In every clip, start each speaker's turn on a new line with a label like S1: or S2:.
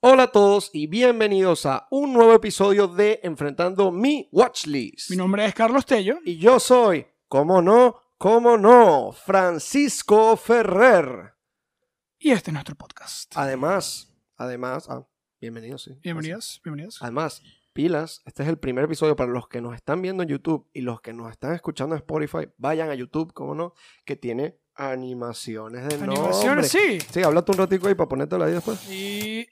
S1: Hola a todos y bienvenidos a un nuevo episodio de Enfrentando mi Watchlist.
S2: Mi nombre es Carlos Tello.
S1: Y yo soy, cómo no, cómo no, Francisco Ferrer.
S2: Y este es nuestro podcast.
S1: Ah, Además, además, ah, bienvenidos, sí.
S2: Bienvenidos, bienvenidos.
S1: Además, pilas, este es el primer episodio para los que nos están viendo en YouTube y los que nos están escuchando en Spotify, vayan a YouTube, cómo no, que tiene animaciones de nombre.
S2: Animaciones, sí.
S1: Sí, háblate un ratico ahí para ponértelo ahí después.
S2: Y,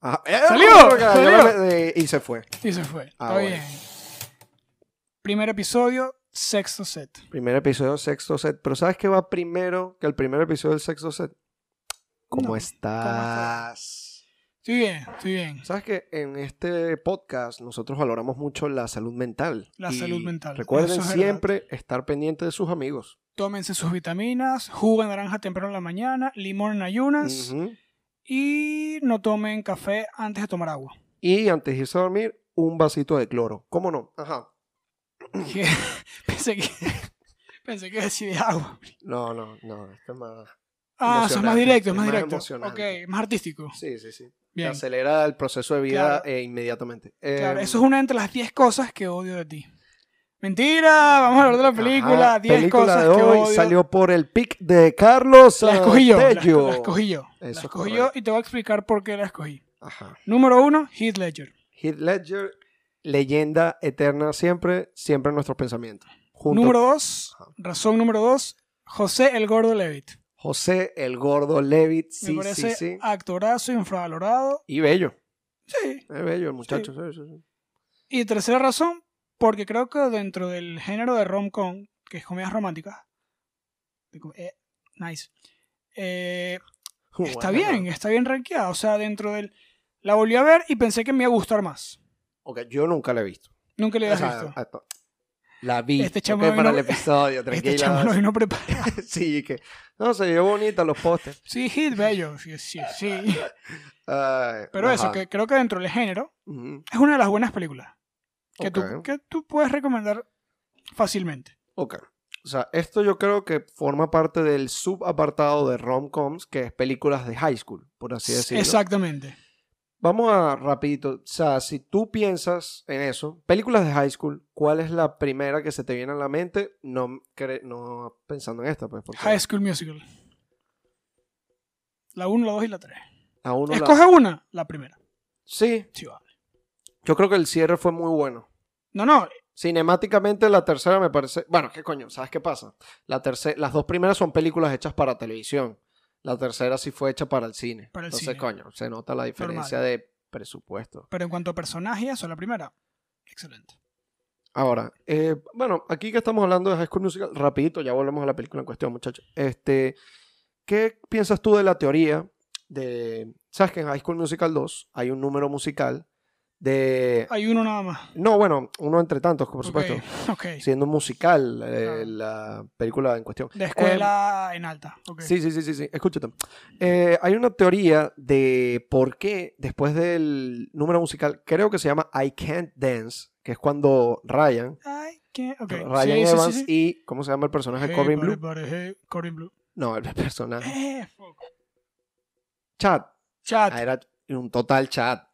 S1: Ajá. ¡Eh!
S2: ¡Salió!
S1: Ya
S2: ¡Salió!
S1: me- de- y se fue.
S2: y se fue.
S1: Ah,
S2: Está
S1: bueno.
S2: bien. Primer episodio, sexto set.
S1: Primer episodio, sexto set. Pero ¿sabes qué va primero que el primer episodio del sexto set? ¿Cómo
S2: No,
S1: estás?
S2: Estoy bien, estoy bien.
S1: ¿Sabes que en este podcast nosotros valoramos mucho la salud mental?
S2: La
S1: Y
S2: salud mental,
S1: Recuerden
S2: eso es verdad.
S1: siempre estar pendiente de sus amigos.
S2: Tómense sus vitaminas, jugo de naranja temprano en la mañana, limón en ayunas
S1: Ujú.
S2: y no tomen café antes de tomar agua.
S1: Y antes de irse a dormir, un vasito de cloro. ¿Cómo no? Ajá. Mm.
S2: Que- pensé que pensé que decía agua.
S1: No, no, no. Esto es más.
S2: Ah, eso es más
S1: Emocionante,
S2: directo, es
S1: es
S2: más
S1: más
S2: directo.
S1: emocionante.
S2: Ok, más artístico.
S1: Sí, sí, sí. Te
S2: Bien.
S1: acelera el proceso de vida
S2: Claro.
S1: eh, inmediatamente.
S2: Claro,
S1: Em,
S2: eso es una entre las 10 cosas que odio de ti. Mentira, vamos a hablar de la película,
S1: Ajá,
S2: 10
S1: película
S2: cosas
S1: de
S2: que
S1: hoy
S2: odio.
S1: salió por el pick de Carlos
S2: la escogí yo, la,
S1: Tello.
S2: la escogí yo. La
S1: Eso es
S2: escogí yo
S1: correcto.
S2: y te voy a explicar por qué la escogí.
S1: Ajá.
S2: Número 1, Heath Ledger.
S1: Heath Ledger, leyenda eterna siempre, siempre en nuestros pensamientos. Junto
S2: Número 2,
S1: Ajá.
S2: razón número 2, José el Gordo Levitt.
S1: a José el Gordo Levitt,
S2: Me
S1: sí, sí,
S2: parece
S1: sí.
S2: actorazo, infravalorado.
S1: Y bello,
S2: Sí.
S1: es bello el muchacho. sí, sí, sí.
S2: Y tercera razón, porque creo que dentro del género de rom-com, que es comedias románticas, de com- eh, nice, eh, Está
S1: Bueno,
S2: bien, está bien rankeada. O sea, dentro del. La volví a ver y pensé que me iba a gustar más.
S1: ok, yo nunca la he visto.
S2: Nunca le
S1: O
S2: habías
S1: sea,
S2: visto.
S1: hasta- la vi
S2: Este
S1: ok,
S2: chamo
S1: para
S2: vino-
S1: el episodio, tranquila.
S2: Este chamo no vino preparado.
S1: sí, que no se vio bonita los postes.
S2: Sí, hit bello. Sí, sí, sí.
S1: Ay,
S2: Pero eso,
S1: ajá.
S2: que creo que dentro del género
S1: Ujú,
S2: es una de las buenas películas que, tú,
S1: ok.
S2: que tú puedes recomendar fácilmente.
S1: Ok. O sea, esto yo creo que forma parte del subapartado de rom-coms, que es películas de high school, por así decirlo.
S2: Exactamente.
S1: Vamos a rapidito. O sea, si tú piensas en eso, películas de high school, ¿cuál es la primera que se te viene a la mente? No, cre- no pensando en esta, pues. Porque
S2: High School Musical. La 1, la 2 y la 3.
S1: a uno la-
S2: Escoge una, la primera.
S1: Sí,
S2: Sí, vale.
S1: yo creo que el cierre fue muy bueno.
S2: No, no,
S1: Cinemáticamente la tercera me parece... Bueno, ¿qué coño? ¿Sabes qué pasa? La terce- Las dos primeras son películas hechas para televisión. La tercera sí fue hecha para el cine.
S2: Para el
S1: Entonces,
S2: cine.
S1: coño, se nota la diferencia de presupuesto.
S2: pero en cuanto a personajes, eso es la primera. Excelente.
S1: Ahora, eh, bueno, aquí que estamos hablando de High School Musical, rapidito, ya volvemos a la película en cuestión, muchachos. Este, ¿Qué piensas tú de la teoría de... ¿Sabes que en High School Musical 2 hay un número musical de...
S2: Hay uno nada más.
S1: No, bueno, uno entre tantos, por supuesto.
S2: Ok, ok.
S1: Siendo un musical eh,
S2: Claro.
S1: la película en cuestión.
S2: De escuela en alta. ok.
S1: Em, Sí, sí, sí, sí, sí. Escúchate. Eh, hay una teoría de por qué después del número musical, creo que se llama I Can't Dance, que es cuando Ryan,
S2: Ay, ¿qué? Ok.
S1: Ryan
S2: Sí, sí,
S1: Evans
S2: sí, Eh, sí.
S1: y, ¿cómo se llama el personaje?
S2: Hey,
S1: Corbin Blue.
S2: buddy, buddy, hey, eh, Corbin Blue.
S1: No, el personaje.
S2: Eh, fuck.
S1: Chad.
S2: Chat.
S1: Ah, era un total chat.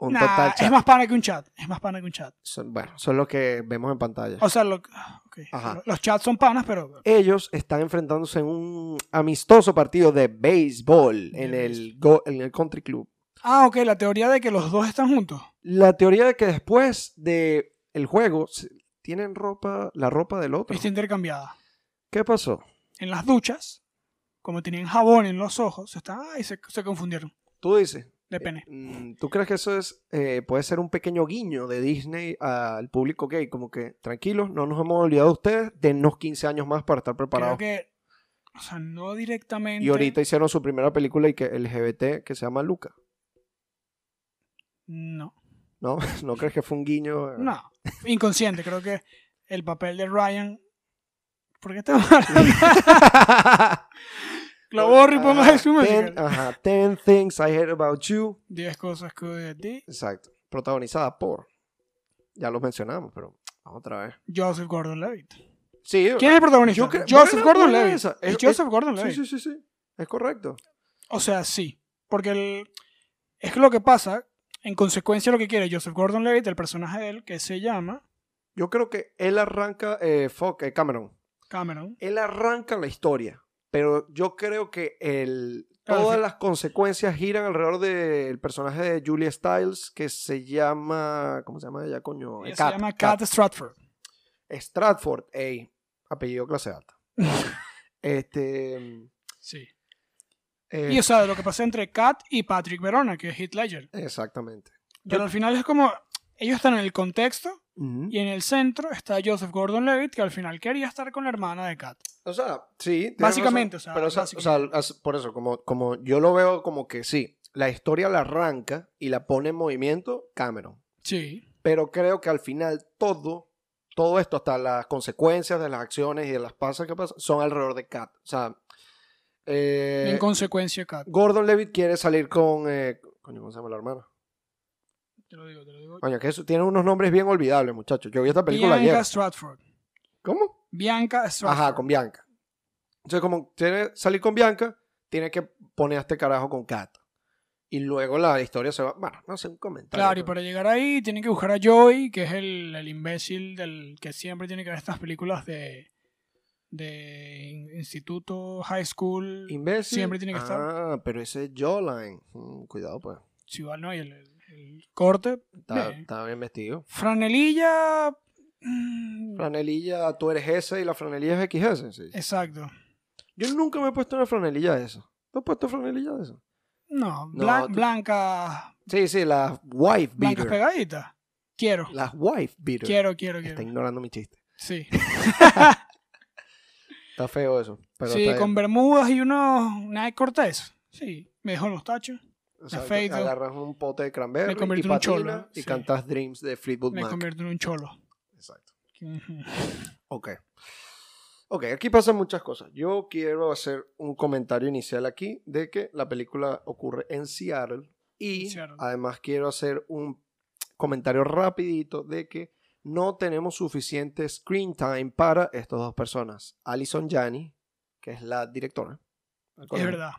S1: Un
S2: Nah,
S1: total
S2: es
S1: chat.
S2: más pana que un chat. Es más pana que un chat.
S1: Son- bueno, son los que vemos en pantalla.
S2: O sea, lo- ah, ok.
S1: Ajá.
S2: Lo- los chats son panas, pero
S1: ellos están enfrentándose en un amistoso partido de béisbol
S2: De
S1: en
S2: béisbol.
S1: el, go- en el country club.
S2: ah, ok, la teoría de que los dos están juntos.
S1: La teoría de que después de el juego se- tienen ropa, la ropa del otro.
S2: Está intercambiada.
S1: ¿Qué pasó?
S2: En las duchas, como tenían jabón en los ojos, se están, ay, se, se confundieron.
S1: Tú dices.
S2: De pene.
S1: Mm, ¿Tú crees que eso es eh, puede ser un pequeño guiño de Disney al público gay? Como que tranquilos, no nos hemos olvidado de ustedes, dennos 15 años más para estar
S2: Creo
S1: preparados.
S2: que, o sea, no directamente.
S1: Y ahorita hicieron su primera película y que LGBT que se llama Luca.
S2: No.
S1: ¿No? ¿No crees que fue un guiño? eh?
S2: No, inconsciente. Creo que el papel de Ryan. ¿Por qué estamos hablando? Lo borro y pongo
S1: Ajá,
S2: High School Musical.
S1: ten- Ajá, Ten Things I Heard About You.
S2: 10 cosas que odio de ti.
S1: Exacto. Protagonizada por. Ya lo mencionamos, pero vamos otra vez.
S2: Joseph Gordon Levitt.
S1: Sí,
S2: ¿Quién es el protagonista?
S1: Yo creo-
S2: Joseph
S1: buena-
S2: Gordon
S1: buena
S2: Levitt.
S1: esa.
S2: Es
S1: Es-
S2: Joseph Gordon Levitt.
S1: sí, sí, sí, sí. Es correcto.
S2: O sea, sí. Porque el, Es que lo que pasa, en consecuencia, lo que quiere Joseph Gordon Levitt, el personaje de él, que se llama
S1: Yo creo que él arranca, eh, Fuck, eh, Cameron,
S2: Cameron.
S1: él arranca la historia, pero yo creo que el,
S2: Claro,
S1: todas
S2: Ah, sí.
S1: las consecuencias giran alrededor del personaje de Julia Stiles que se llama, ¿cómo se llama ella, coño? Eh,
S2: ella se llama Cat Stratford.
S1: Stratford, ey, apellido clase alta. este,
S2: Sí.
S1: eh,
S2: Y o sea, de lo que pasa entre Cat y Patrick Verona, que es Heath Ledger.
S1: eh, exactamente.
S2: Pero al final es como. Ellos están en el contexto
S1: Ujú.
S2: y en el centro está Joseph Gordon Levitt, que al final quería estar con la hermana de Cat.
S1: O sea, sí. tienes razón,
S2: Básicamente, o sea,
S1: Pero, o sea,
S2: básicamente.
S1: o sea, as- por eso, como, como yo lo veo como que sí, la historia la arranca y la pone en movimiento Cameron.
S2: Sí.
S1: Pero creo que al final todo, todo esto, hasta las consecuencias de las acciones y de las pasas que pasan, son alrededor de Kat. O sea, eh,
S2: en consecuencia, Cat.
S1: Gordon Levitt quiere salir con. eh, coño, ¿cómo se llama la hermana?
S2: Te lo digo, te lo digo.
S1: Coño, que eso tiene unos nombres bien olvidables, muchachos. Yo vi esta película
S2: Bianca
S1: ayer.
S2: Stratford.
S1: ¿Cómo?
S2: Bianca Stratford.
S1: Ajá, con Bianca. Entonces, como tiene salir con Bianca, tiene que poner a este carajo con Kat. Y luego la historia se va. Bueno, no sé, un comentario.
S2: Claro, y para llegar ahí tienen que buscar a Joey, que es el, el imbécil del que siempre tiene que ver estas películas de, de in- instituto, high school.
S1: Imbécil.
S2: Siempre tiene que estar.
S1: Ah, pero ese es Jolene. Mm, cuidado, pues.
S2: si va, ¿no? Y el, el- el corte.
S1: Está,
S2: Bien.
S1: está bien vestido.
S2: Franelilla. mm,
S1: Franelilla, tú eres S y la franelilla es XS. sí.
S2: Exacto.
S1: Yo nunca me he puesto una franelilla de eso. ¿Tú has puesto franelilla de eso?
S2: No,
S1: No,
S2: blan-
S1: tú-
S2: blanca.
S1: Sí, sí, las wife
S2: Blancas
S1: beater.
S2: pegaditas. Quiero.
S1: Las wife beater.
S2: Quiero, quiero,
S1: Está
S2: quiero.
S1: ignorando mi chiste.
S2: Sí.
S1: Está feo eso. Pero
S2: sí,
S1: está bien.
S2: con bermudas y unos Nike Cortés. Sí, me dejó los tachos.
S1: O sea,
S2: Perfecto.
S1: agarras un pote de cranberry
S2: Me convertí
S1: y
S2: en un
S1: patinas
S2: cholo,
S1: y
S2: sí.
S1: cantas Dreams de Fleetwood
S2: Me
S1: Mac.
S2: convierto en un cholo.
S1: Exacto.
S2: Ujú.
S1: Ok. Ok, aquí pasan muchas cosas. Yo quiero hacer un comentario inicial aquí de que la película ocurre en Seattle y
S2: En Seattle.
S1: además quiero hacer un comentario rapidito de que no tenemos suficiente screen time para estas dos personas. Alison Janney, que es la directora.
S2: Es verdad.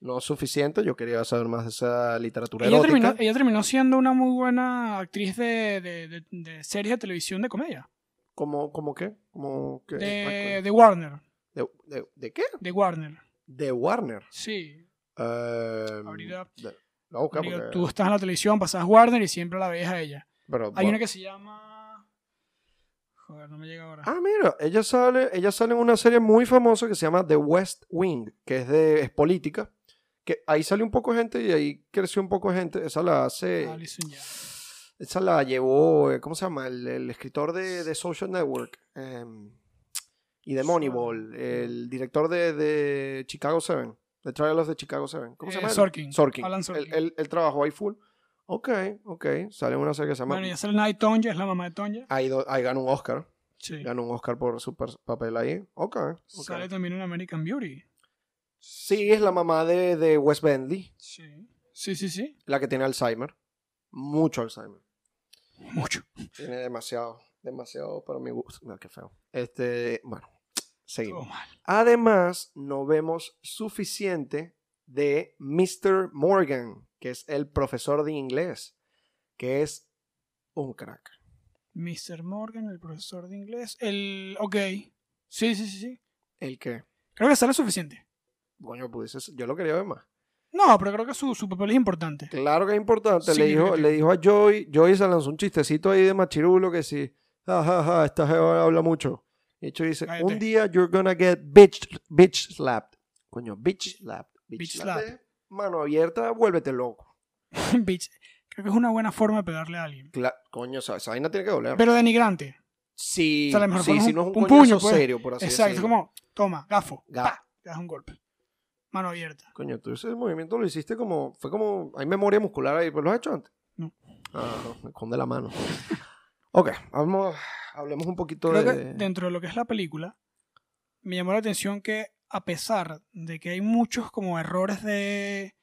S1: No suficiente, yo quería saber más de esa literatura
S2: Ella
S1: erótica.
S2: terminó, ella terminó siendo una muy buena actriz de, de- de- de series de televisión de comedia.
S1: ¿Cómo, cómo qué? ¿Cómo qué?
S2: De, de Warner.
S1: ¿De, de, de qué?
S2: De Warner.
S1: De Warner.
S2: Sí.
S1: Eh,
S2: Ahorita-
S1: de- lo voy a buscar
S2: Digo,
S1: porque-
S2: Tú estás en la televisión, pasas Warner y siempre la veías a ella.
S1: pero,
S2: Hay
S1: bueno.
S2: una que se llama. Joder, no me llega ahora.
S1: Ah, mira, ella sale, ella sale en una serie muy famosa que se llama The West Wing, que es de es política. Que ahí sale un poco de gente y ahí creció un poco de gente. Esa la hace.
S2: Alison Janney.
S1: Esa la llevó, eh, ¿cómo se llama? El, el escritor de, de Social Network eh, y de Moneyball, el director de, de Chicago 7, The Trial of the Chicago 7. ¿Cómo se
S2: Eh,
S1: llama? él?
S2: Sorkin.
S1: Sorkin.
S2: Alan Sorkin.
S1: Él, él- él trabajó ahí full. Ok, ok. Sale una serie que se llama...
S2: Bueno, ya sale Night Tonya, es la mamá de Tonya.
S1: ahí, do- ahí ganó un Oscar.
S2: Sí.
S1: Ganó un Oscar por su per- papel ahí. Ok. ok.
S2: Sale también en American Beauty.
S1: Sí, es la mamá de, de Wes Bentley,
S2: Sí. Sí, sí, sí.
S1: la que tiene Alzheimer. Mucho Alzheimer.
S2: Mucho.
S1: Tiene demasiado, demasiado para mi gusto. No, qué feo. Este, bueno,
S2: Todo
S1: seguimos.
S2: mal.
S1: Además, no vemos suficiente de Mr. Morgan, que es el profesor de inglés, que es un crack.
S2: Mr. Morgan, el profesor de inglés. El. Ok. Sí, sí, sí, sí.
S1: El que,
S2: Creo que sale suficiente.
S1: bueno, pudieses, yo lo quería ver más.
S2: No, pero creo que su, su papel es importante.
S1: Claro que es importante. Le dijo,
S2: Significativo.
S1: le dijo a Joy, Joy se lanzó un chistecito ahí de machirulo que si, ja, ja, ja, esta jeva habla mucho. Y hecho dice,
S2: Cállate.
S1: un día you're gonna get bitch, bitch slapped. Coño, bitch slapped.
S2: Bitch
S1: slapped es Mano abierta, vuélvete loco.
S2: Bitch. Creo que es una buena forma de pegarle a alguien.
S1: Cla- coño, esa, esa vaina tiene que doler.
S2: Pero denigrante.
S1: sí,
S2: o sea, a lo mejor
S1: sí,
S2: pones
S1: sí,
S2: un-
S1: no es un,
S2: un
S1: coñazo
S2: puño, pues.
S1: serio, por así
S2: Exacto. es
S1: decirlo.
S2: Como, toma, gafo.
S1: Ga-
S2: pa, te das un golpe. Mano abierta.
S1: Coño, tú ese movimiento lo hiciste como, fue como, hay memoria muscular ahí, pero lo has hecho antes.
S2: No.
S1: Ah, no, me esconde la mano. ok, vamos, hablemos un poquito
S2: Creo que
S1: de...
S2: dentro de lo que es la película, me llamó la atención que a pesar de que hay muchos como errores de,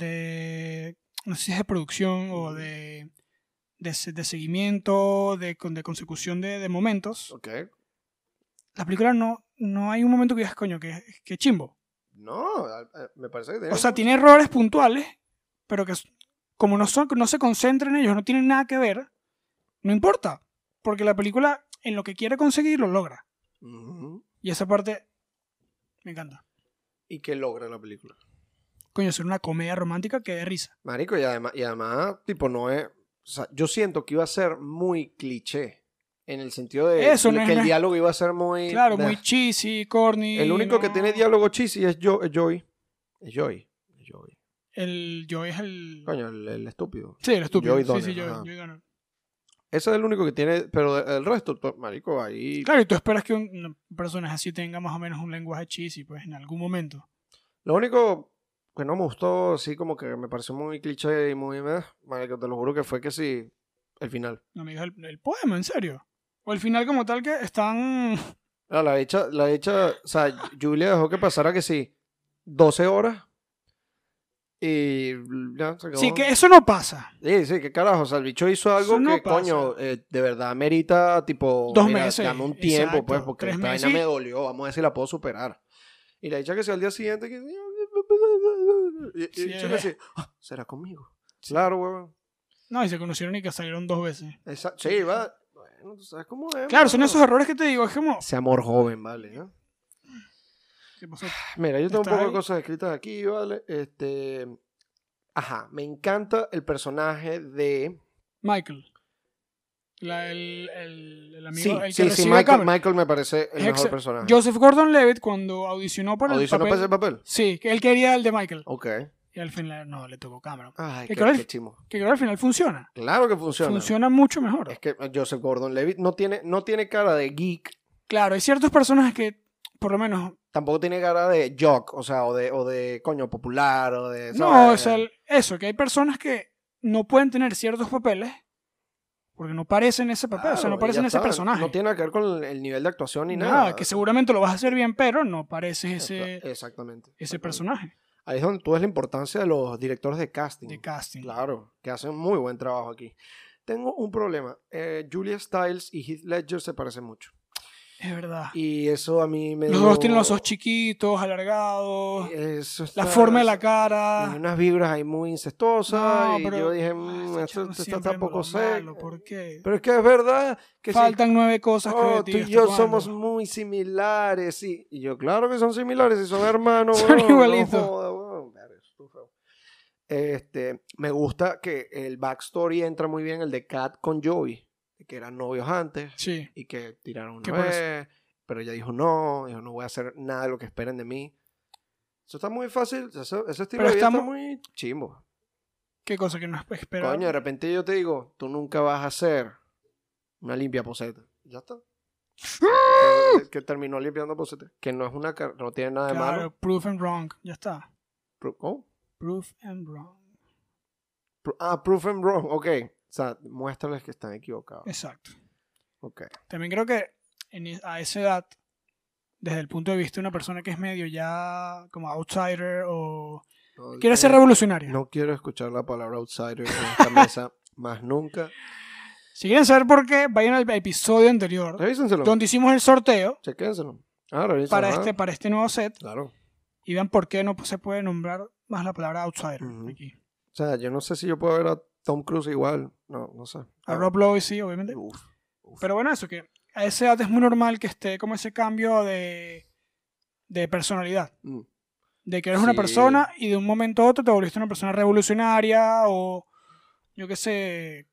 S2: de no sé si es de producción o de, de, se- de seguimiento, de, con- de consecución de, de momentos,
S1: Ok.
S2: la película no, no hay un momento que digas, coño, que, que chimbo.
S1: No, a- a- me parece que tiene
S2: O sea, tiene errores puntuales, pero que s- como no, son, no se concentran en ellos, no tienen nada que ver, no importa. Porque la película, en lo que quiere conseguir, lo logra.
S1: Ujú.
S2: Y esa parte me encanta.
S1: ¿Y qué logra la película?
S2: Coño, ser una comedia romántica que dé risa.
S1: Marico, y además, y además, tipo, no es. O sea, yo siento que iba a ser muy cliché. En el sentido de
S2: Eso no
S1: que
S2: es-
S1: el diálogo iba a ser muy.
S2: Claro,
S1: nah.
S2: muy cheesy, corny.
S1: El único que
S2: no-
S1: tiene diálogo cheesy es, Jo- es Joey. Es Joey. Es Joey.
S2: El Joey es el.
S1: Coño, el, el estúpido.
S2: Sí, el estúpido.
S1: Joey
S2: sí, sí,
S1: Donner,
S2: Joey,
S1: ajá.
S2: Joey Donner.
S1: Ese es el único que tiene. Pero el resto, to- marico, ahí.
S2: Claro, y tú esperas que un un personaje así tenga más o menos un lenguaje cheesy, pues en algún momento.
S1: Lo único que no me gustó, así como que me pareció muy cliché y muy. meh, Marico, te lo juro que fue que sí. El final.
S2: No me digas el, el poema, en serio. O el final, como tal, que están.
S1: Ah, la hecha, la hecha, o sea, Julia dejó que pasara que sí, 12 horas y ya se acabó.
S2: Sí, que eso no pasa.
S1: Sí, sí, qué carajo, o sea, el bicho hizo algo
S2: Eso no
S1: que,
S2: pasa.
S1: coño, eh, de verdad merita, tipo,
S2: Dos meses,
S1: dame un tiempo,
S2: exacto,
S1: pues, porque
S2: tres
S1: esta
S2: meses
S1: vaina me
S2: y-
S1: dolió, vamos a ver si la puedo superar. Y la hecha que sea al día siguiente, que... y- y
S2: Sí, eh.
S1: el bicho
S2: es
S1: que sí, "Ah, será conmigo. Claro, huevón.
S2: No, y se conocieron y que salieron dos veces.
S1: Esa- Sí, va, bueno, tú sabes cómo es.
S2: Claro, son
S1: mano.
S2: esos errores que te digo, es como.
S1: Ese amor joven, vale, ¿no?
S2: ¿Qué pasó?
S1: Mira, yo tengo un
S2: Está
S1: poco de
S2: ahí.
S1: cosas escritas aquí, ¿vale? Este. Ajá, me encanta el personaje de.
S2: Michael. La- el, el- el amigo,
S1: sí,
S2: el que
S1: sí, sí,
S2: recibe
S1: Michael,
S2: Cameron.
S1: Michael me parece el
S2: Es
S1: mejor
S2: excel-
S1: personaje.
S2: Joseph Gordon-Levitt cuando audicionó para
S1: ¿Audicionó
S2: el
S1: para ese
S2: papel.
S1: papel?
S2: Sí, que él quería el de Michael.
S1: Ok.
S2: Y al final no, le tocó Cameron.
S1: Ay,
S2: ¿Qué
S1: qué,
S2: crees?
S1: qué chimo.
S2: Que creo que al final funciona.
S1: Claro que funciona. Eh.
S2: Funciona mucho mejor.
S1: Es que Joseph Gordon Levitt no tiene, no tiene cara de geek,
S2: Claro, hay ciertos personajes que, por lo menos.
S1: tampoco tiene cara de jock, o sea, o de, o de coño popular, o de.
S2: No, o
S1: ¿sabes?
S2: sea, el- eso, que hay personas que no pueden tener ciertos papeles porque no parecen ese papel, o sea,
S1: Claro,
S2: no
S1: y
S2: parecen
S1: ya
S2: ese
S1: está.
S2: personaje.
S1: No tiene nada que ver con el, el nivel de actuación ni
S2: nada,
S1: nada.
S2: que seguramente lo vas a hacer bien, pero no pareces ese,
S1: Exactamente.
S2: ese
S1: personaje.
S2: personaje
S1: Ahí es donde tú ves la importancia de los directores de casting.
S2: de casting.
S1: Claro, que hacen muy buen trabajo aquí. Tengo un problema. eh, Julia Stiles y Heath Ledger se parecen mucho.
S2: Es verdad.
S1: Y eso a mí me.
S2: Los
S1: dio-
S2: dos tienen los ojos chiquitos, alargados,
S1: Eso
S2: la
S1: está-
S2: forma de la
S1: Y
S2: cara.
S1: unas vibras ahí muy incestuosas.
S2: No,
S1: y
S2: pero-
S1: yo dije,
S2: Ay,
S1: "Mm,
S2: este
S1: esto,
S2: chamo
S1: esto está
S2: siempre
S1: tampoco
S2: es lo malo,
S1: seco".
S2: ¿Por qué?
S1: Pero es que es verdad que sí,
S2: Faltan nueve cosas que
S1: oh,
S2: de ti,
S1: tú y
S2: ¿hasta
S1: yo
S2: cuándo?
S1: somos muy similares. Y, y yo, claro que son similares, y son hermanos.
S2: Son
S1: weón, no
S2: igualitos.
S1: joda, weón, verga, tú, feo. Este, me gusta que el backstory entra muy bien, el de Kat con Joey, que eran novios antes
S2: Sí,
S1: y que tiraron
S2: Que
S1: una
S2: por eso-
S1: vez, pero ella dijo no, yo no voy a hacer nada de lo que esperen de mí. Eso está muy fácil, eso- ese estilo
S2: Pero
S1: de vida está
S2: estamos-
S1: muy chimbo.
S2: qué cosa que no esperaba.
S1: Coño, de repente yo te digo, tú nunca vas a hacer una limpia poseta. Ya está.
S2: ¡Ah!
S1: que, que terminó limpiando poseta. Que no es una car- no tiene nada de malo.
S2: Claro, proof and wrong, ya está.
S1: Pro- ¿cómo?
S2: Proof and wrong.
S1: Pro- ah, proof and wrong, ok. O sea, muéstrales que están equivocados.
S2: Exacto.
S1: Ok.
S2: También creo que en e- a esa edad, desde el punto de vista de una persona que es medio ya como outsider o
S1: No,
S2: quiere
S1: eh,
S2: ser revolucionario.
S1: No quiero escuchar la palabra outsider en esta mesa más nunca.
S2: Si quieren saber por qué, vayan al episodio anterior
S1: Revísenselo.
S2: donde hicimos el sorteo
S1: Chequénselo. Ah, revísenselo.
S2: para
S1: ah,
S2: este para este nuevo set
S1: Claro.
S2: y vean por qué no se puede nombrar más la palabra outsider
S1: Ujú.
S2: aquí.
S1: O sea, yo no sé si yo puedo ver a Tom Cruise igual. No, no sé. Ah,
S2: A Rob Lowe sí, obviamente.
S1: Uf.
S2: Pero bueno, eso que a esa edad es muy normal que esté como ese cambio de, de personalidad.
S1: Mm.
S2: De que eres una
S1: Sí.
S2: persona y de un momento a otro te volviste una persona revolucionaria o, yo qué sé,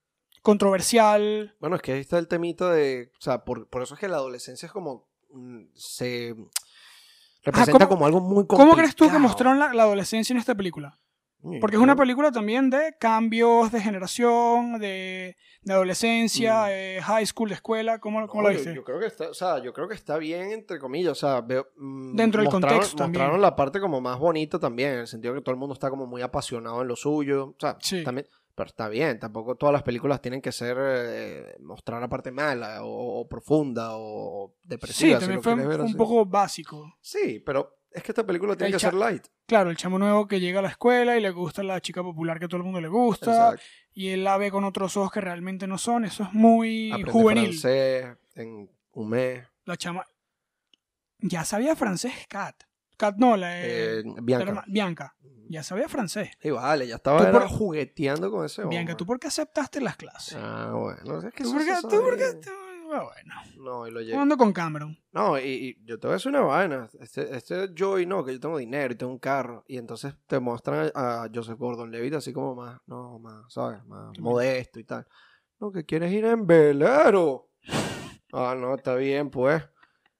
S2: controversial.
S1: Bueno, es que ahí está el temita de. O sea, por, por eso es que la adolescencia es como. mm, Se. Representa
S2: Ah, ¿cómo-
S1: como algo muy complicado.
S2: ¿Cómo crees tú que mostraron la, la adolescencia en esta película?
S1: Mm,
S2: Porque es una
S1: yo-
S2: película también de cambios de generación, de, de adolescencia,
S1: Mm.
S2: eh, high school, de escuela. ¿Cómo, cómo
S1: No,
S2: la
S1: yo-
S2: viste?
S1: Yo, creo que está, o sea, yo creo que está bien, entre comillas. O sea, veo, mm,
S2: Dentro del
S1: mostraron-
S2: contexto también.
S1: Mostraron la parte como más bonita también, en el sentido que todo el mundo está como muy apasionado en lo suyo. O sea,
S2: Sí.
S1: también. Pero está bien, tampoco todas las películas tienen que ser eh, mostrar la parte mala o, o profunda o
S2: sí,
S1: depresiva. si
S2: también
S1: lo
S2: fue un,
S1: quieres ver
S2: fue un
S1: así.
S2: poco básico.
S1: Sí, pero es que esta película tiene
S2: El
S1: que
S2: cha-
S1: ser light.
S2: Claro, el chamo nuevo que llega a la escuela y le gusta la chica popular que a todo el mundo le gusta.
S1: Exacto.
S2: Y él la ve con otros ojos que realmente no son. Eso es muy
S1: Aprende
S2: juvenil.
S1: francés en un mes.
S2: La chama. Ya sabía francés Kat. Kat no, la eh,
S1: Eh, Bianca.
S2: herma- Bianca. Ya sabía francés.
S1: Y vale, ya estaba
S2: Tú
S1: era
S2: por-
S1: jugueteando con ese hombre.
S2: Bianca, ¿tú por qué aceptaste las clases?
S1: Ah, bueno. Es que
S2: ¿Tú
S1: eso
S2: por
S1: se
S2: qué? ¿Tú por qué?
S1: sabe.
S2: tú- ah, Bueno,
S1: No, y lo llegué.
S2: jugando con Cameron.
S1: No, y, y yo te voy a decir una vaina. Este, este Joey no, que yo tengo dinero y tengo un carro. Y entonces te muestran a, a Joseph Gordon Levitt así como más, no, más, ¿sabes? Más modesto y tal. No, que quieres ir en velero. Ah, no, está bien, pues.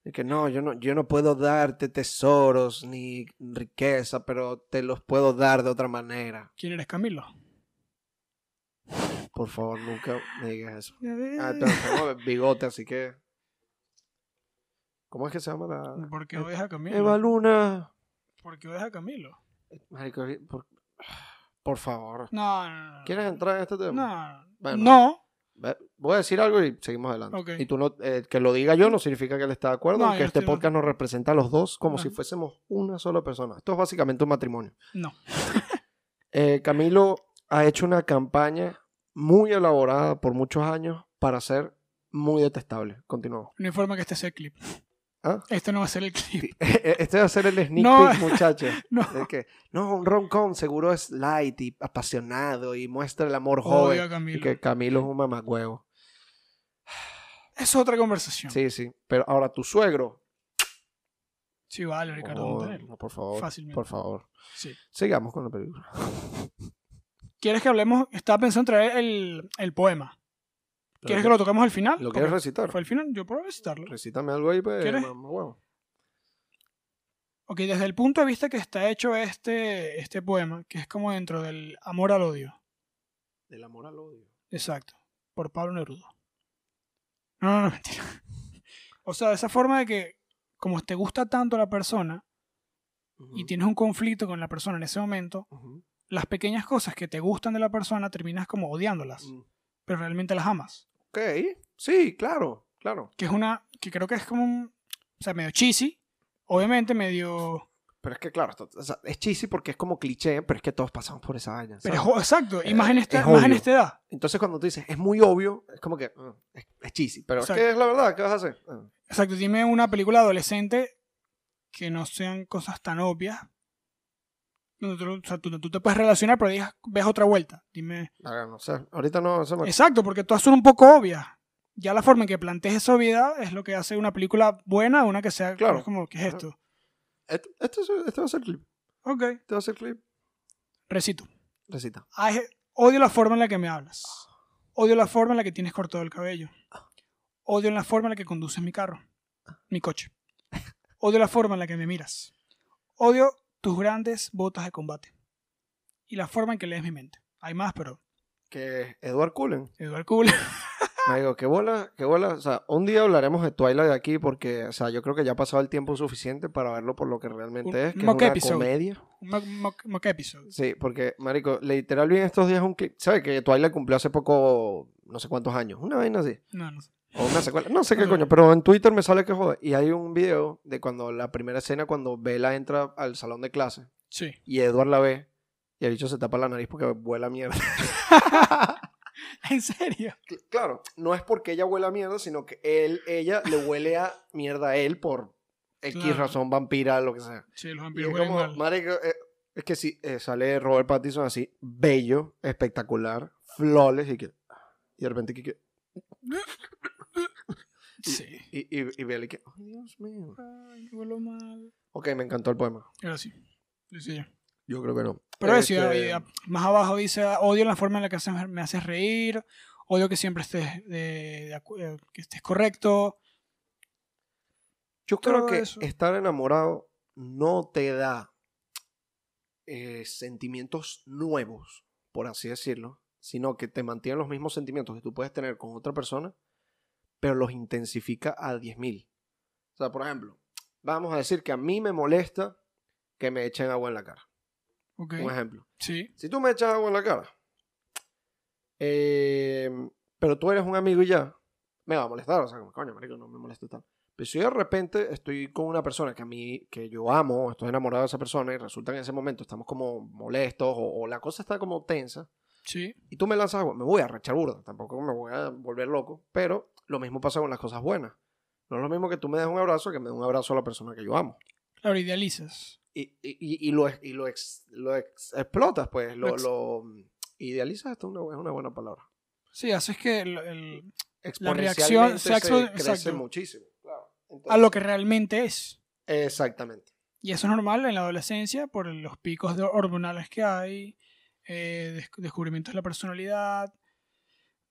S1: Y que no, yo no, yo no puedo darte tesoros ni riqueza, pero te los puedo dar de otra manera.
S2: ¿Quién eres, Camilo?
S1: Por favor, nunca me digas eso.
S2: Eh,
S1: Ah, te- tengo bigote, así que. ¿Cómo es que se llama la.
S2: ¿Por qué odias a Camilo?
S1: Eva Luna.
S2: ¿Por qué odias a Camilo?
S1: Marico, que- por, por favor.
S2: No, no, no, no.
S1: ¿Quieres entrar en este tema?
S2: No,
S1: Bueno.
S2: no,
S1: Ve- Voy a decir algo y seguimos adelante.
S2: Ok.
S1: Y tú no, eh, que lo diga yo no significa que él está de acuerdo,
S2: No,
S1: aunque
S2: yo
S1: este
S2: estoy de
S1: podcast nos representa a los dos como si
S2: Ajá.
S1: fuésemos una sola persona. Esto es básicamente un matrimonio.
S2: no.
S1: Eh, Camilo ha hecho una campaña muy elaborada por muchos años para ser muy detestable. Continuamos.
S2: No informa que este sea el clip.
S1: ¿Ah?
S2: Este no va a ser el clip.
S1: Este va a ser el sneak
S2: No.
S1: peek, muchachos.
S2: No.
S1: Es que, no, un rom-com seguro es light y apasionado y muestra el amor joven.
S2: Odio a
S1: Y
S2: Camilo.
S1: que Camilo es un mamagüevo.
S2: Es otra conversación. Sí,
S1: Sí, sí. Pero ahora tu suegro.
S2: vale, Ricardo
S1: Oh,
S2: Montaner.
S1: no, por favor.
S2: Fácilmente.
S1: Por favor.
S2: Sí.
S1: Sigamos con la película.
S2: ¿Quieres que hablemos? Estaba pensando en traer el, el poema. ¿Quieres que lo toquemos al final?
S1: ¿Lo quieres
S2: Porque
S1: recitar?
S2: Fue al final, yo puedo visitarlo.
S1: Recítame algo ahí, pues,
S2: ¿Quieres?
S1: mamagüevo.
S2: Ok, desde el punto de vista que está hecho este, este poema, que es como dentro del amor al odio.
S1: Del amor al odio.
S2: Exacto. Por Pablo Neruda. No, no, no, mentira. O sea, de esa forma de que, como te gusta tanto la persona y
S1: Ujú,
S2: tienes un conflicto con la persona en ese momento,
S1: ujú,
S2: las pequeñas cosas que te gustan de la persona terminas como odiándolas,
S1: ujú.
S2: pero realmente las amas.
S1: Mm. Ok. Sí, claro. Claro.
S2: Que es una, que creo que es como un, o sea, medio cheesy, obviamente medio,
S1: Pero es que, claro, esto- o sea, es cheesy porque es como cliché, pero es que todos pasamos por esa vaina.
S2: pero
S1: ¿sabes?
S2: es jo- exacto,
S1: Eh,
S2: y más en esta,
S1: es
S2: más en
S1: obvio.
S2: esta edad.
S1: Entonces, cuando tú dices, es muy obvio, es como que mm, es, es cheesy. Pero
S2: Exacto.
S1: es que es la verdad, ¿qué vas a hacer? Ah,
S2: Exacto, dime una película adolescente que no sean cosas tan obvias. donde tú, o sea, tú- tú te puedes relacionar, pero digas, ves otra vuelta. Dime.
S1: ah, no sé. Ahorita no se me
S2: Exacto, porque todas son un poco obvias. Ya la forma en que plantees esa obviedad es lo que hace una película buena a una que sea
S1: Claro.
S2: es como, ¿qué es esto?
S1: Esto, esto es- este va a ser clip.
S2: Ok,
S1: Este va a ser clip.
S2: recito.
S1: Recita.
S2: Ay, Odio la forma en la que me hablas. Odio la forma en la que tienes cortado el cabello. Odio la forma en la que conduces mi carro, mi coche. Odio la forma en la que me miras. Odio tus grandes botas de combate. Y la forma en que lees mi mente. Hay más, pero
S1: Que Edward Cullen.
S2: Eduardo Cool.
S1: Me digo, qué bola, qué bola. O sea, un día hablaremos de Twilight aquí porque, o sea, yo creo que ya ha pasado el tiempo suficiente para verlo por lo que
S2: Un-
S1: realmente es, que es
S2: mock
S1: una
S2: episode.
S1: comedia.
S2: Un mock, mock- mock episode.
S1: Sí, porque, marico, literal vi en estos días un clip. ¿Sabes que Twilight cumplió hace poco, no sé cuántos años? Una vaina así.
S2: No, no sé.
S1: O una secuela. No sé
S2: No
S1: qué
S2: sé.
S1: coño, pero en Twitter me sale que jode. Y hay un video de cuando la primera escena, cuando Bella entra al salón de clase
S2: Sí.
S1: y Edward la ve y el bicho se tapa la nariz porque vuela mierda.
S2: ¿En serio?
S1: Cl- Claro, no es porque ella huele a mierda, sino que él, ella le huele a mierda a él por X
S2: Claro.
S1: razón vampira, lo que sea.
S2: Sí, los
S1: Y es
S2: vampiros huelen
S1: como,
S2: mal.
S1: marico, eh, es que si sale Robert Pattinson así, bello, espectacular, flawless, y que. Y de repente que. que-
S2: Sí.
S1: Y, y, y Bella y que. Ay, Dios mío.
S2: Ay, huelo mal.
S1: Ok, me encantó el poema.
S2: Ahora sí. Sí, sí, ya.
S1: Yo creo que no.
S2: Pero
S1: Este,
S2: sí, a- a- más abajo dice, odio la forma en la que haces- me haces reír, odio que siempre estés, de, de acu- eh, que estés correcto.
S1: Yo creo
S2: todo
S1: que
S2: eso.
S1: estar enamorado no te da eh, sentimientos nuevos, por así decirlo, sino que te mantiene los mismos sentimientos que tú puedes tener con otra persona, pero los intensifica a 10.000. O sea, por ejemplo, vamos a decir que a mí me molesta que me echen agua en la cara.
S2: Ok,
S1: Un ejemplo.
S2: sí,
S1: Si tú me echas agua en la cara, eh, pero tú eres un amigo y ya, me va a molestar. O sea, como, coño, marico, no me molesta tanto. Pero si de repente estoy con una persona que a mí, que yo amo, estoy enamorado de esa persona y resulta que en ese momento estamos como molestos o, o la cosa está como tensa
S2: sí,
S1: y tú me lanzas agua, me voy a rechar burda, tampoco me voy a volver loco, pero lo mismo pasa con las cosas buenas. No es lo mismo que tú me des un abrazo que me des un abrazo a la persona que yo amo.
S2: claro, idealizas.
S1: y, y, y lo, y lo, ex- lo ex- explotas, pues, lo,
S2: Lo ex-
S1: lo idealizas, esto es una, es una buena palabra.
S2: Sí, haces que el- el- La
S1: Exponencialmente
S2: reacción se
S1: se
S2: actu-
S1: crece
S2: exacto.
S1: muchísimo. claro.
S2: a lo que realmente es.
S1: Entonces, Exactamente.
S2: Y eso es normal en la adolescencia por los picos de hormonales que hay, eh, des- descubrimientos de la personalidad,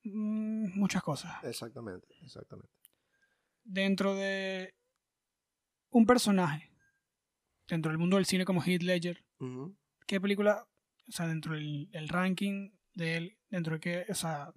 S2: mm, muchas cosas.
S1: Exactamente, exactamente.
S2: Dentro de un personaje, dentro del mundo del cine como Heath Ledger,
S1: Ujú.
S2: ¿qué película, o sea, dentro del el ranking de él, dentro de qué, o sea,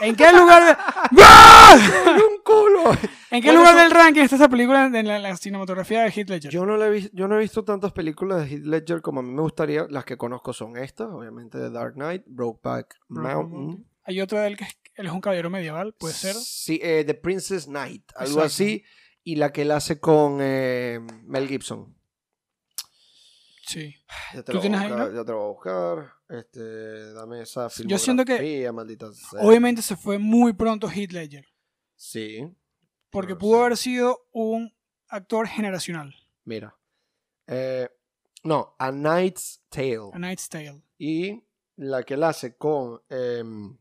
S2: ¿en qué lugar,
S1: ¡Ay, un culo!
S2: ¿en qué
S1: Bueno,
S2: lugar
S1: eso-
S2: del ranking está esa película en la, en la cinematografía de Heath Ledger?
S1: Yo no, le he vis- yo no he visto tantas películas de Heath Ledger como a mí me gustaría. Las que conozco son estas, obviamente The Dark Knight, Brokeback
S2: Brokeback
S1: Mountain.
S2: Mountain. Hay otra de él que es, él es un caballero medieval, puede ser.
S1: Sí, eh, The Princess Knight, algo
S2: Exacto.
S1: así. Y la que él hace con eh, Mel Gibson.
S2: Sí.
S1: Ya te
S2: ¿Tú
S1: lo voy a
S2: tienes ahí,
S1: buscar,
S2: no?
S1: ya te lo voy a buscar. Este, dame esa filmografía,
S2: Yo siento que-
S1: maldita sea.
S2: Obviamente se fue muy pronto Heath Ledger,
S1: Sí,
S2: porque
S1: Claro,
S2: pudo
S1: sí.
S2: haber sido un actor generacional,
S1: mira. Eh, no, A Knight's Tale.
S2: A Knight's Tale.
S1: Y la que él hace con... em,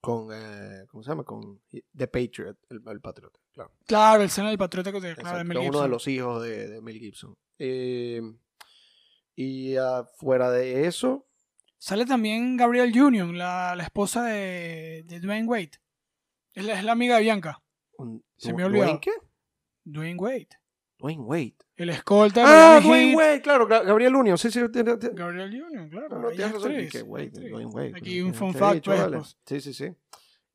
S1: con eh, ¿Cómo se llama? Con The Patriot, el, el patriota. Claro.
S2: Claro, el seno del patriota de, Ah, claro,
S1: Exacto,
S2: de Mel
S1: que es uno de
S2: Gibson.
S1: los hijos de, de Mel Gibson. Eh, y ah, fuera de eso,
S2: Sale también Gabriel Union, la, la esposa de, de Dwayne Wade. Es la, es la amiga de Bianca.
S1: un-
S2: Se
S1: Dwayne
S2: me ha olvidado.
S1: qué?
S2: Dwayne Wade.
S1: Dwayne Wade.
S2: El escolta de
S1: Ah,
S2: Miami
S1: Dwayne
S2: Heat.
S1: Wade, claro, Ga- Gabriel Union, sí, sí, tiene- tiene-
S2: Gabriel Union, claro.
S1: No, no,
S2: ella
S1: tienes
S2: es
S1: razón.
S2: actriz,
S1: Y que, güey,
S2: actriz.
S1: Dwayne Wade,
S2: Aquí
S1: ¿no?
S2: un fun
S1: Este
S2: fact,
S1: bicho,
S2: pues,
S1: vale.
S2: pues.
S1: Sí, sí, sí. Es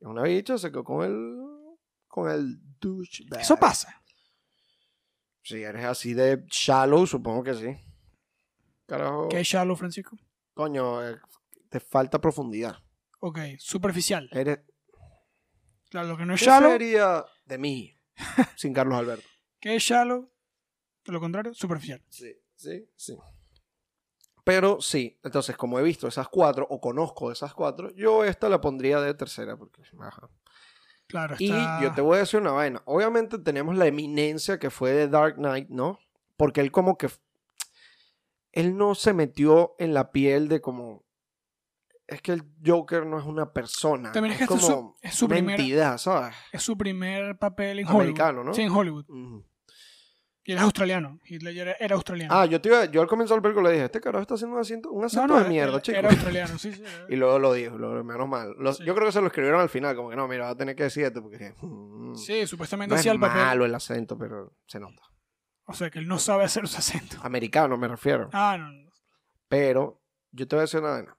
S1: una bicha, se quedó con el. con el douche.
S2: Eso pasa.
S1: Si eres así de shallow, supongo que sí. Carajo.
S2: Que es shallow, Francisco.
S1: Coño, eh, te falta profundidad.
S2: Ok, superficial.
S1: Eres.
S2: Claro, lo que no
S1: ¿Qué
S2: es shallow,
S1: sería de mí sin Carlos Alberto?
S2: que es shallow, de lo contrario, superficial.
S1: Sí, sí, sí. Pero sí, entonces como he visto esas cuatro o conozco de esas cuatro, yo esta la pondría de tercera porque ajá.
S2: Claro,
S1: Y
S2: está...
S1: yo te voy a decir una vaina. Obviamente tenemos la eminencia que fue de Dark Knight, ¿no? Porque él como que... Él no se metió en la piel de como... Es que el Joker no es una persona.
S2: También es que
S1: es
S2: este es su-
S1: como
S2: es su
S1: una
S2: primer-
S1: entidad, ¿sabes?
S2: Es su primer papel en
S1: Americano,
S2: Hollywood.
S1: ¿no?
S2: Sí, en Hollywood.
S1: Ujú.
S2: Y él es australiano. Heath Ledger era australiano.
S1: Ah, yo, te iba- yo al comienzo del película le dije, este carajo está haciendo un acento, un acento de
S2: era-
S1: mierda,
S2: era,
S1: chico.
S2: era australiano, sí, sí. era.
S1: Y luego lo dijo, lo- menos mal. Lo-
S2: Sí.
S1: Yo creo que se lo escribieron al final, como que no, mira, va a tener que decir esto, porque mm,
S2: Sí, supuestamente
S1: no es
S2: hacía el papel.
S1: malo el acento, pero se nota.
S2: O sea, que él no sabe hacer su acento.
S1: Americano me refiero.
S2: Ah, no, no.
S1: Pero yo te voy a decir una vaina.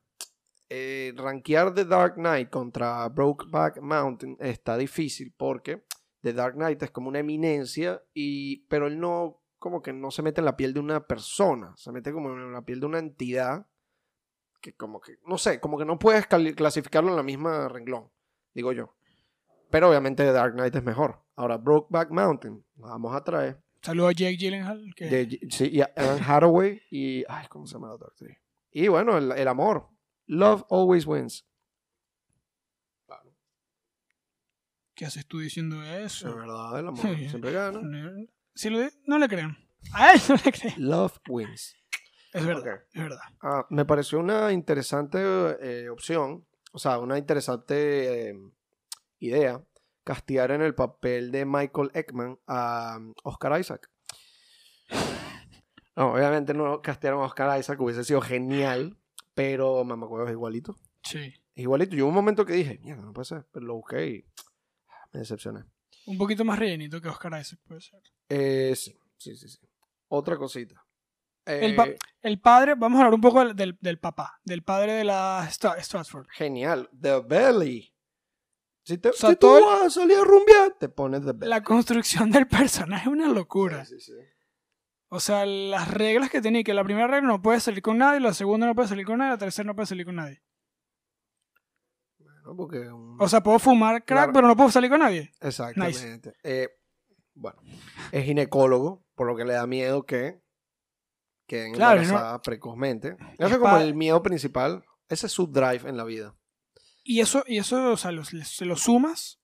S1: Eh, rankear The Dark Knight contra Brokeback Mountain está difícil porque The Dark Knight es como una eminencia, y, pero él no, como que no se mete en la piel de una persona, se mete como en la piel de una entidad que como que, no sé, como que no puedes cali- clasificarlo en la misma renglón, digo yo. Pero obviamente The Dark Knight es mejor. Ahora, Brokeback Mountain, vamos a traer.
S2: Saludo a Jake Gyllenhaal. Que...
S1: De, sí, y a Anne Hathaway y. Ay, ¿cómo se llama la otra actriz? Y bueno, el, el amor. Love always wins.
S2: ¿Qué haces tú diciendo
S1: Es
S2: eso?
S1: verdad, el amor siempre gana.
S2: Si lo di- no le crean. A él no le crean.
S1: Love wins.
S2: Es verdad,
S1: Ok.
S2: es verdad.
S1: Ah, me pareció una interesante eh, opción, o sea, una interesante eh, idea, castear en el papel de Michael Ekman a um, Oscar Isaac. No, obviamente no castearon a Oscar Isaac, hubiese sido genial, pero mamacuevo es igualito.
S2: Sí.
S1: Es igualito. Yo hubo un momento que dije, mierda, no puede ser, pero lo busqué y ah, me decepcioné.
S2: Un poquito más rellenito que Oscar Isaac puede ser.
S1: Eh, sí, sí, sí, sí. Otra cosita.
S2: El
S1: Eh,
S2: pa- El padre, vamos a hablar un poco del, del, del papá, del padre de la Stra- Stratford.
S1: Genial. The Belly. Si, te,
S2: O sea,
S1: si tú
S2: todo el-
S1: vas a salir a rumbear, te pones The Belly.
S2: La construcción del personaje es una locura.
S1: Sí, sí, sí.
S2: O sea, las reglas que tenía, que la primera regla no puede salir con nadie, la segunda no puede salir con nadie, la tercera no puede salir con nadie.
S1: Bueno, porque un-
S2: O sea, puedo fumar crack,
S1: Claro.
S2: pero no puedo salir con nadie.
S1: Exactamente. Eh, bueno, es ginecólogo, por lo que le da miedo que queden
S2: Claro,
S1: embarazadas precozmente. Eso
S2: Es
S1: es como
S2: pa-
S1: el miedo principal. Ese es su drive en la vida.
S2: Y eso, y eso o sea, los- les- se lo sumas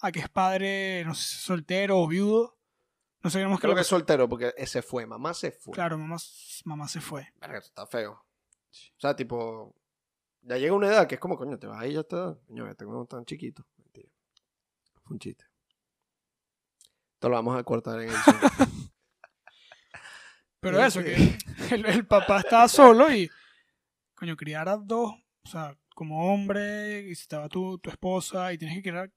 S2: a que es padre, no sé, soltero o viudo. No sabíamos que
S1: Creo
S2: lo
S1: que
S2: que...
S1: es soltero porque se fue, mamá se fue.
S2: Claro, mamá, s- mamá se fue.
S1: Verga, eso está feo. O sea, tipo, ya llega una edad que es como, coño, te vas ahí ya está. Coño, ya tengo tan chiquito. Mentira. Fue un chiste. Esto lo vamos a cortar en el
S2: Pero
S1: Sí,
S2: eso,
S1: sí.
S2: que el, el papá estaba solo y, coño, criar a dos, o sea, como hombre, y si estaba tu, tu esposa y tienes que criar...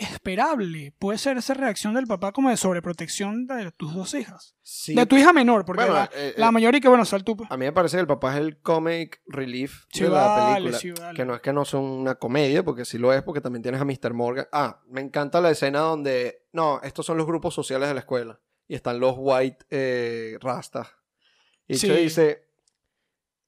S2: Esperable, puede ser esa reacción del papá como de sobreprotección de tus dos hijas.
S1: sí.
S2: De tu hija menor, porque
S1: Bueno,
S2: la,
S1: eh,
S2: la
S1: eh,
S2: mayor y que bueno, sal tú. pues.
S1: a mí me parece que el papá es el comic relief
S2: Sí,
S1: de la
S2: vale,
S1: película.
S2: sí, vale.
S1: Que no es que no son una comedia, porque sí lo es, porque también tienes a Mr. Morgan. Ah, me encanta la escena donde. No, estos son los grupos sociales de la escuela. Y están los white eh, rastas. Y
S2: Sí.
S1: se dice.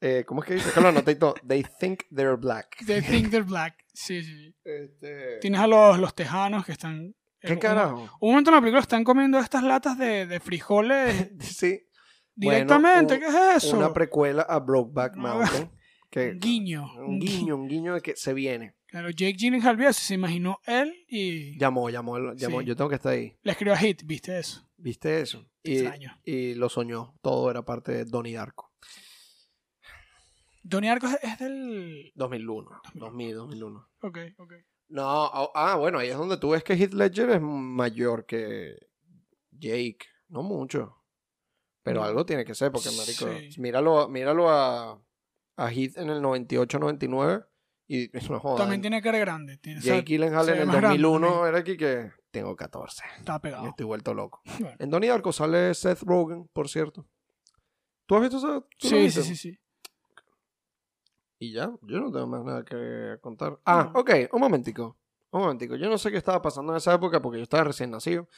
S1: eh, ¿Cómo es que dice? Que lo anoté y todo. They think they're black.
S2: They think they're black. Sí, sí, sí.
S1: Este,
S2: Tienes a los, los tejanos que están.
S1: ¿Qué
S2: un-
S1: carajo?
S2: Un momento en la película están comiendo estas latas de, de frijoles
S1: Sí,
S2: directamente.
S1: Bueno,
S2: ¿Qué es eso?
S1: una precuela a Brokeback
S2: No.
S1: Mountain. Que,
S2: guiño.
S1: Un guiño, un guiño de que se viene.
S2: Claro, Jake Gyllenhaal vio eso, se imaginó él y
S1: Llamó, llamó, llamó.
S2: Sí.
S1: Yo tengo que estar ahí.
S2: le escribió a Hit, ¿viste eso?
S1: ¿Viste eso? Y,
S2: Extraño.
S1: y lo soñó. Todo era parte de Donnie Darko.
S2: Donnie Arcos es del.
S1: 2001. 2000, 2001.
S2: Ok, ok.
S1: No, ah, ah, bueno, ahí es donde tú ves que Heath Ledger es mayor que Jake. No mucho. Pero
S2: No.
S1: algo tiene que ser, porque marico,
S2: Sí.
S1: míralo, míralo a, a Heath en el 98-99 y no jodas.
S2: También tiene cara grande. Tiene, o sea,
S1: Jake Gyllenhaal
S2: se ve
S1: en el
S2: más grande
S1: 2001
S2: también.
S1: era aquí que tengo 14.
S2: está
S1: y
S2: pegado.
S1: Estoy vuelto loco.
S2: Bueno.
S1: En Donnie Darko sale Seth Rogen, por cierto. ¿Tú has visto eso? ¿Tú lo
S2: Sí,
S1: viste?
S2: sí, sí, sí.
S1: Y ya, yo no tengo más nada que contar. Ah,
S2: No.
S1: ok, un momentico. Un momentico. Yo no sé qué estaba pasando en esa época porque yo estaba recién nacido.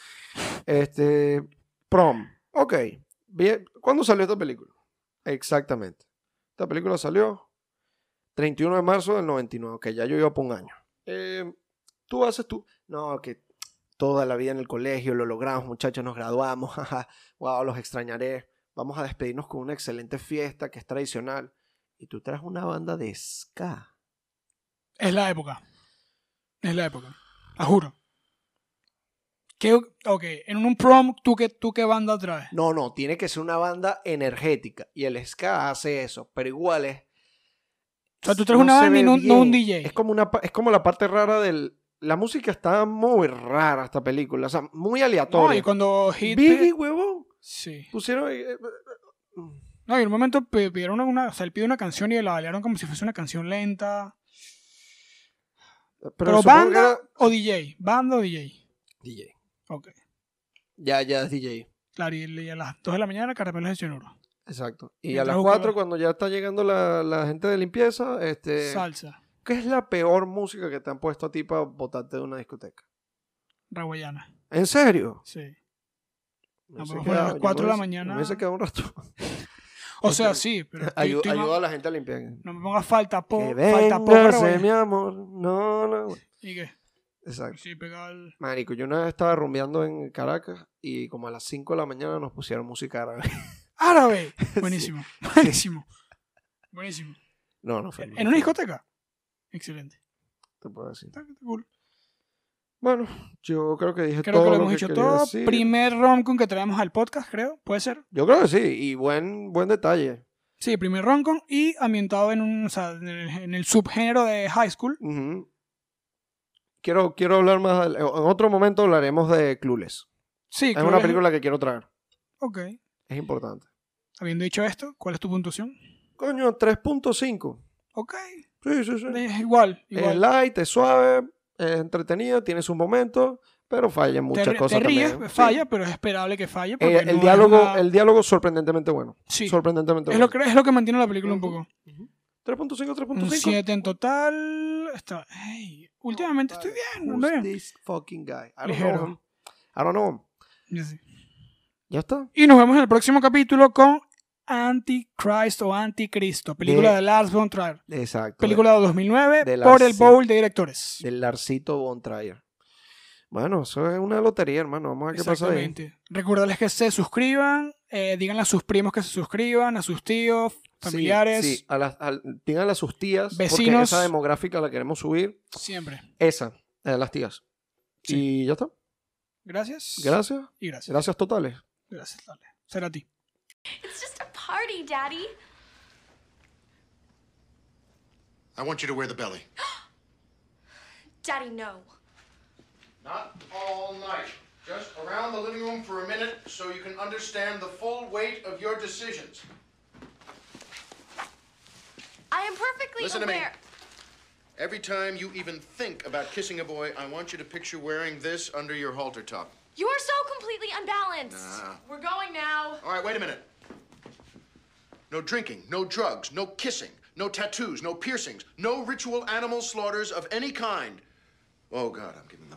S1: Este. Prom. Ok. Bien. ¿Cuándo salió esta película? Exactamente. Esta película salió 31 de marzo del 99. Ok, ya yo iba por un año. Eh, tú haces tú. No, que toda la vida en el colegio lo logramos, muchachos, nos graduamos. jaja, wow, los extrañaré. Vamos a despedirnos con una excelente fiesta que es tradicional y tú traes una banda de ska.
S2: Es la época. Es la época. La juro. ¿Qué, ok, en un prom, ¿tú qué, tú qué banda traes?
S1: No, no, tiene que ser una banda energética y el ska hace eso, pero igual es...
S2: O sea, tú traes una
S1: se
S2: banda y
S1: ve
S2: no- no
S1: bien.
S2: un DJ.
S1: Es como, una, pa- es como la parte rara del... La música está muy rara esta película, o sea, muy aleatoria.
S2: No, y cuando Hit.
S1: Biggie, huevón,
S2: Sí.
S1: pusieron... eh, eh, eh,
S2: No, y en un momento pi- pidieron una. O sea, él pidió una canción y la bailaron como si fuese una canción lenta.
S1: Pero,
S2: Pero,
S1: supongo que
S2: banda
S1: era-
S2: o DJ. Banda o DJ.
S1: DJ.
S2: Ok.
S1: Ya, ya es DJ.
S2: Claro, y y a las 2 de la mañana caramelos de cianuro.
S1: Exacto. Y a
S2: Mientras
S1: las
S2: buscaba-
S1: 4, cuando ya está llegando la, la gente de limpieza, este...
S2: Salsa,
S1: ¿Qué es la peor música que te han puesto a ti para botarte de una discoteca?
S2: raguayana.
S1: ¿En serio?
S2: Sí.
S1: Me
S2: No,
S1: hubiese
S2: pero fue a las
S1: quedado- yo me
S2: cuatro de la
S1: hubiese-
S2: mañana.
S1: Me hubiese quedado un rato.
S2: O
S1: Ok.
S2: sea, sí, pero estoy-
S1: Ayu-
S2: estoy ma-
S1: ayuda a la gente a limpiar.
S2: no me pongas falta po,
S1: que
S2: falta po
S1: véngase, mi
S2: raguayana.
S1: amor. No, no.
S2: ¿Y qué?
S1: Exacto.
S2: Sí, pegado al-
S1: Marico, yo una vez estaba rumbeando en Caracas y como a las 5 de la mañana nos pusieron música árabe.
S2: árabe. Buenísimo. Buenísimo. Buenísimo.
S1: No, no fue.
S2: En una discoteca. Excelente.
S1: Te puedo decir.
S2: Está- está cool.
S1: Bueno, yo creo que dije
S2: Creo
S1: todo
S2: que lo
S1: lo
S2: hemos
S1: que
S2: dicho
S1: quería
S2: todo.
S1: decir.
S2: Primer roncon que traemos al podcast, creo. ¿Puede ser?
S1: Yo creo que sí, y buen, buen detalle.
S2: Sí, primer roncon y ambientado en un, o sea, en el, en el subgénero de high school.
S1: Ujú. quiero, quiero hablar más. En otro momento hablaremos de Clueless.
S2: Sí,
S1: Es
S2: creo
S1: una
S2: que-
S1: película que quiero traer.
S2: Ok.
S1: Es importante.
S2: Habiendo dicho esto, ¿cuál es tu puntuación?
S1: Coño, 3.5.
S2: Ok.
S1: Sí, sí, sí.
S2: Es igual,
S1: Es
S2: igual.
S1: light, es suave, es entretenida, tiene sus momentos, pero falla en muchas
S2: te,
S1: cosas
S2: te ríes, pues,
S1: también. ¿eh?
S2: falla,
S1: Sí.
S2: pero es esperable que falle.
S1: Eh,
S2: porque
S1: el,
S2: no es
S1: diálogo,
S2: una-
S1: el diálogo sorprendentemente bueno.
S2: Sí,
S1: Sorprendentemente
S2: es lo,
S1: bueno.
S2: que, es lo que mantiene la película un poco.
S1: 3.5,
S2: Un
S1: 3.5.
S2: 7 en total. Está- ey, últimamente estoy bien, ando
S1: Who's
S2: bien.
S1: this fucking guy? I don't
S2: Ligero.
S1: know him. I don't know him.
S2: Ya sé.
S1: Ya está.
S2: Y nos vemos en el próximo capítulo con Antichrist o Anticristo, película de,
S1: De-
S2: Lars von Trier.
S1: Exacto.
S2: Película de 2009
S1: de
S2: por
S1: Lars,
S2: el
S1: sí.
S2: Bowl de directores.
S1: Del Larcito Von Trier. Bueno, eso es una lotería, hermano. Vamos a ver qué pasa ahí.
S2: Exactamente. Recordarles que se suscriban, eh, díganle a sus primos que se suscriban, a sus tíos,
S1: Sí,
S2: familiares,
S1: Sí, a las, al- tengan a sus tías. Porque
S2: Vecinos.
S1: esa demográfica la queremos subir.
S2: siempre.
S1: Esa, la de las tías.
S2: Sí.
S1: Y ya está.
S2: Gracias.
S1: Gracias.
S2: Y gracias.
S1: Gracias totales.
S2: Gracias, dale. Será a ti.
S3: It's just a party, Daddy.
S4: I want you to wear the belly.
S3: Daddy, no.
S4: Not all night. Just around the living room for a minute so you can understand the full weight of your decisions.
S3: I am perfectly
S4: Listen to me.
S3: aware.
S4: Every time you even think about kissing a boy, I want you to picture wearing this under your halter top.
S3: You are so completely unbalanced.
S4: Nah.
S3: We're going now.
S4: All right, wait a minute. No drinking, no drugs, no kissing, no tattoos, no piercings, no ritual animal slaughters of any kind. Oh, God, I'm giving